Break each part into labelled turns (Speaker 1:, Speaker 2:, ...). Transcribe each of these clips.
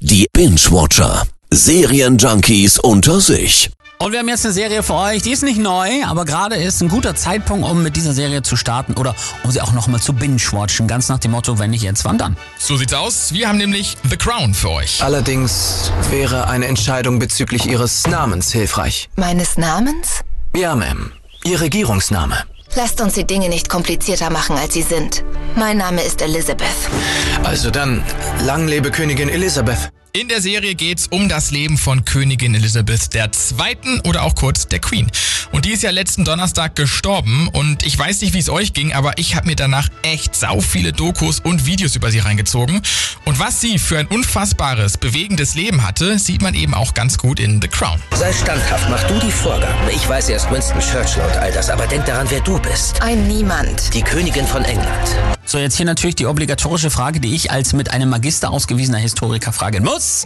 Speaker 1: Die Binge-Watcher. Serienjunkies unter sich.
Speaker 2: Und wir haben jetzt eine Serie für euch, die ist nicht neu, aber gerade ist ein guter Zeitpunkt, um mit dieser Serie zu starten oder um sie auch nochmal zu binge-watchen. Ganz nach dem Motto, wenn nicht jetzt, wann dann?
Speaker 3: So sieht's aus. Wir haben nämlich The Crown für euch.
Speaker 4: Allerdings wäre eine Entscheidung bezüglich Ihres Namens hilfreich.
Speaker 5: Meines Namens?
Speaker 4: Ja, Ma'am. Ihr Regierungsname.
Speaker 5: Lasst uns die Dinge nicht komplizierter machen, als sie sind. Mein Name ist Elizabeth.
Speaker 4: Also dann, lang lebe Königin Elisabeth.
Speaker 3: In der Serie geht's um das Leben von Königin Elisabeth II. oder auch kurz der Queen. Und die ist ja letzten Donnerstag gestorben und ich weiß nicht, wie es euch ging, aber ich habe mir danach echt sau viele Dokus und Videos über sie reingezogen. Und was sie für ein unfassbares, bewegendes Leben hatte, sieht man eben auch ganz gut in The Crown.
Speaker 6: Sei standhaft, mach du die Vorgaben. Ich weiß, erst Winston Churchill und all das, aber denk daran, wer du bist.
Speaker 5: Ein Niemand.
Speaker 6: Die Königin von England.
Speaker 2: So, jetzt hier natürlich die obligatorische Frage, die ich als mit einem Magister ausgewiesener Historiker fragen muss.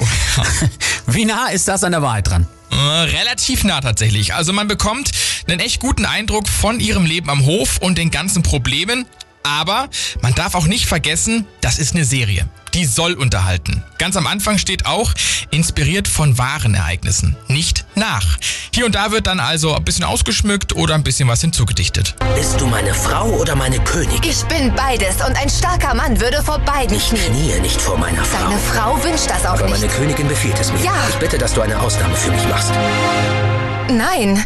Speaker 2: Wie nah ist das an der Wahrheit dran?
Speaker 3: Äh, Relativ nah tatsächlich. Also man bekommt einen echt guten Eindruck von ihrem Leben am Hof und den ganzen Problemen. Aber man darf auch nicht vergessen, das ist eine Serie. Die soll unterhalten. Ganz am Anfang steht auch, inspiriert von wahren Ereignissen, nicht nach. Hier und da wird dann also ein bisschen ausgeschmückt oder ein bisschen was hinzugedichtet.
Speaker 6: Bist du meine Frau oder meine Königin?
Speaker 5: Ich bin beides und ein starker Mann würde vor beiden
Speaker 6: Ich
Speaker 5: knien.
Speaker 6: kniee nicht vor meiner Frau.
Speaker 5: Deine Frau wünscht das auch
Speaker 6: Aber meine
Speaker 5: nicht.
Speaker 6: Königin befiehlt es mir.
Speaker 5: Ja.
Speaker 6: Ich bitte, dass du eine Ausnahme für mich machst.
Speaker 5: Nein.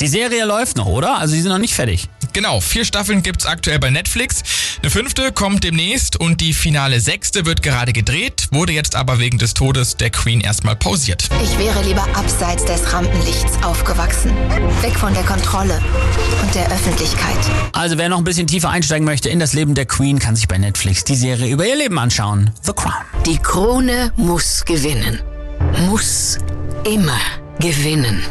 Speaker 2: Die Serie läuft noch, oder? Also die sind noch nicht fertig.
Speaker 3: Genau, vier Staffeln gibt's aktuell bei Netflix. Eine fünfte kommt demnächst und die finale sechste wird gerade gedreht, wurde jetzt aber wegen des Todes der Queen erstmal pausiert.
Speaker 5: Ich wäre lieber abseits des Rampenlichts aufgewachsen. Weg von der Kontrolle und der Öffentlichkeit.
Speaker 2: Also wer noch ein bisschen tiefer einsteigen möchte in das Leben der Queen, kann sich bei Netflix die Serie über ihr Leben anschauen. The Crown.
Speaker 7: Die Krone muss gewinnen. Muss immer gewinnen.